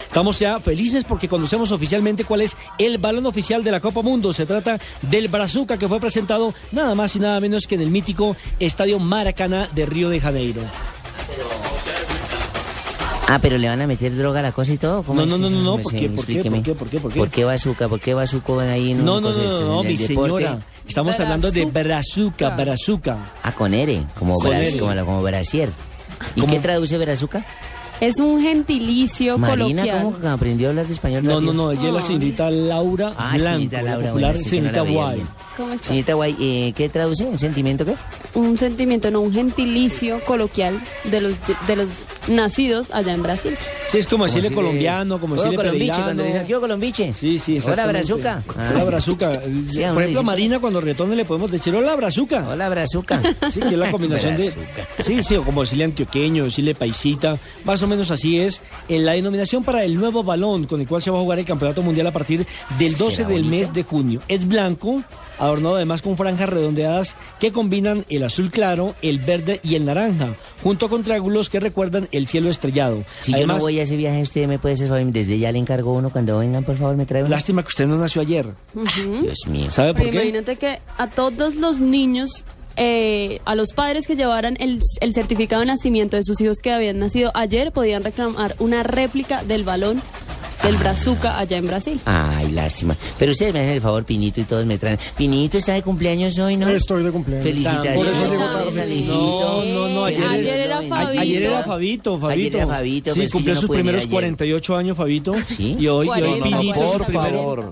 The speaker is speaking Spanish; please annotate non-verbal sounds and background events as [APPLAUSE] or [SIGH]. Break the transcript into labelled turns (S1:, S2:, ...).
S1: Estamos ya felices porque conocemos oficialmente cuál es el balón oficial de la Copa Mundo. Se trata del Brazuca que fue presentado nada más y nada menos que en el mítico Estadio Maracaná de Río de Janeiro.
S2: Ah, pero le van a meter droga a la cosa y todo. ¿Cómo
S1: No,
S2: es
S1: no, no,
S2: eso?
S1: no, no,
S2: Me-
S1: ¿por
S2: se-
S1: qué?
S2: me
S1: ¿Por qué?
S2: explíqueme.
S1: ¿Por qué? ¿Por qué? ¿Por qué?
S2: ¿Por qué bazooka? ¿Por qué bazooka van ahí
S1: No,
S2: en un
S1: no, no,
S2: coso de
S1: no,
S2: estos,
S1: no,
S2: este? en
S1: mi
S2: el deporte?
S1: señora. Estamos hablando de Brazuca, Brazuca.
S2: Ah, con R, como,
S1: Con
S2: Bras-
S1: R.
S2: como, la- como Brasier. ¿Y qué traduce brazuca?
S3: Es un gentilicio
S2: Marina,
S3: coloquial.
S2: ¿cómo que aprendió a hablar de español?
S1: No, no,
S2: rápido?
S1: no, ella es la señorita Laura
S2: Ah,
S1: Blanco,
S2: señorita
S1: la
S2: Laura,
S1: popular
S2: bueno, sí que no la
S1: señorita
S2: veía
S1: Guay.
S2: bien.
S3: ¿Cómo está?
S2: Señorita Guay, eh, ¿qué traduce? ¿Un sentimiento qué?
S3: Un sentimiento, no, un gentilicio coloquial de los, de los nacidos allá en Brasil.
S1: Sí, Pues es como decirle
S2: si
S1: colombiano, como
S2: Yo
S1: decirle
S2: colombiche,
S1: pereirano.
S2: cuando le dicen, ¿qué hubo, colombiche?
S1: Sí, sí,
S2: Hola,
S1: exactamente.
S2: brazuca. Ah.
S1: Hola, brazuca.
S2: [LAUGHS] Sí, a uno
S1: Por ejemplo,
S2: le
S1: a
S2: dicen-
S1: Marina cuando retorne le podemos decir hola, brazuca.
S2: Hola, brazuca.
S1: Sí, que es
S2: [LAUGHS]
S1: la combinación de...
S2: Brazuca.
S1: Sí, sí, o como decirle antioqueño, decirle paisita, más o menos así es. En la denominación para el nuevo balón con el cual se va a jugar el Campeonato Mundial a partir del 12
S2: ¿Será
S1: del
S2: bonito?
S1: mes de junio. Es blanco, adornado además con franjas redondeadas que combinan el azul claro, el verde y el naranja, junto con triángulos que recuerdan el cielo estrellado.
S2: Si yo
S1: además,
S2: no voy a ese viaje, usted me puede hacer favor. Desde ya le encargo uno. Cuando vengan, por favor, me trae uno.
S1: lástima que usted no nació ayer.
S2: Dios mío.
S1: ¿Sabe por
S3: Pero
S1: qué?
S3: imagínate que a todos los niños, eh, a los padres que llevaran el, el certificado de nacimiento de sus hijos que habían nacido ayer, podían reclamar una réplica del balón del brazuca allá en Brasil.
S2: Ay, lástima. Pero ustedes me hacen el favor, Pinito, y todos me traen. Pinito está de cumpleaños hoy, ¿no?
S4: Estoy de cumpleaños.
S2: Felicitaciones.
S1: Por eso llegó
S3: tarde.
S2: Alejito.
S1: No, no, no, ayer- Ayer
S3: era
S2: no,
S3: Fabito.
S1: Ayer era
S2: Fabito.
S1: Fabito, Fabito. pues,
S2: Ayer pues era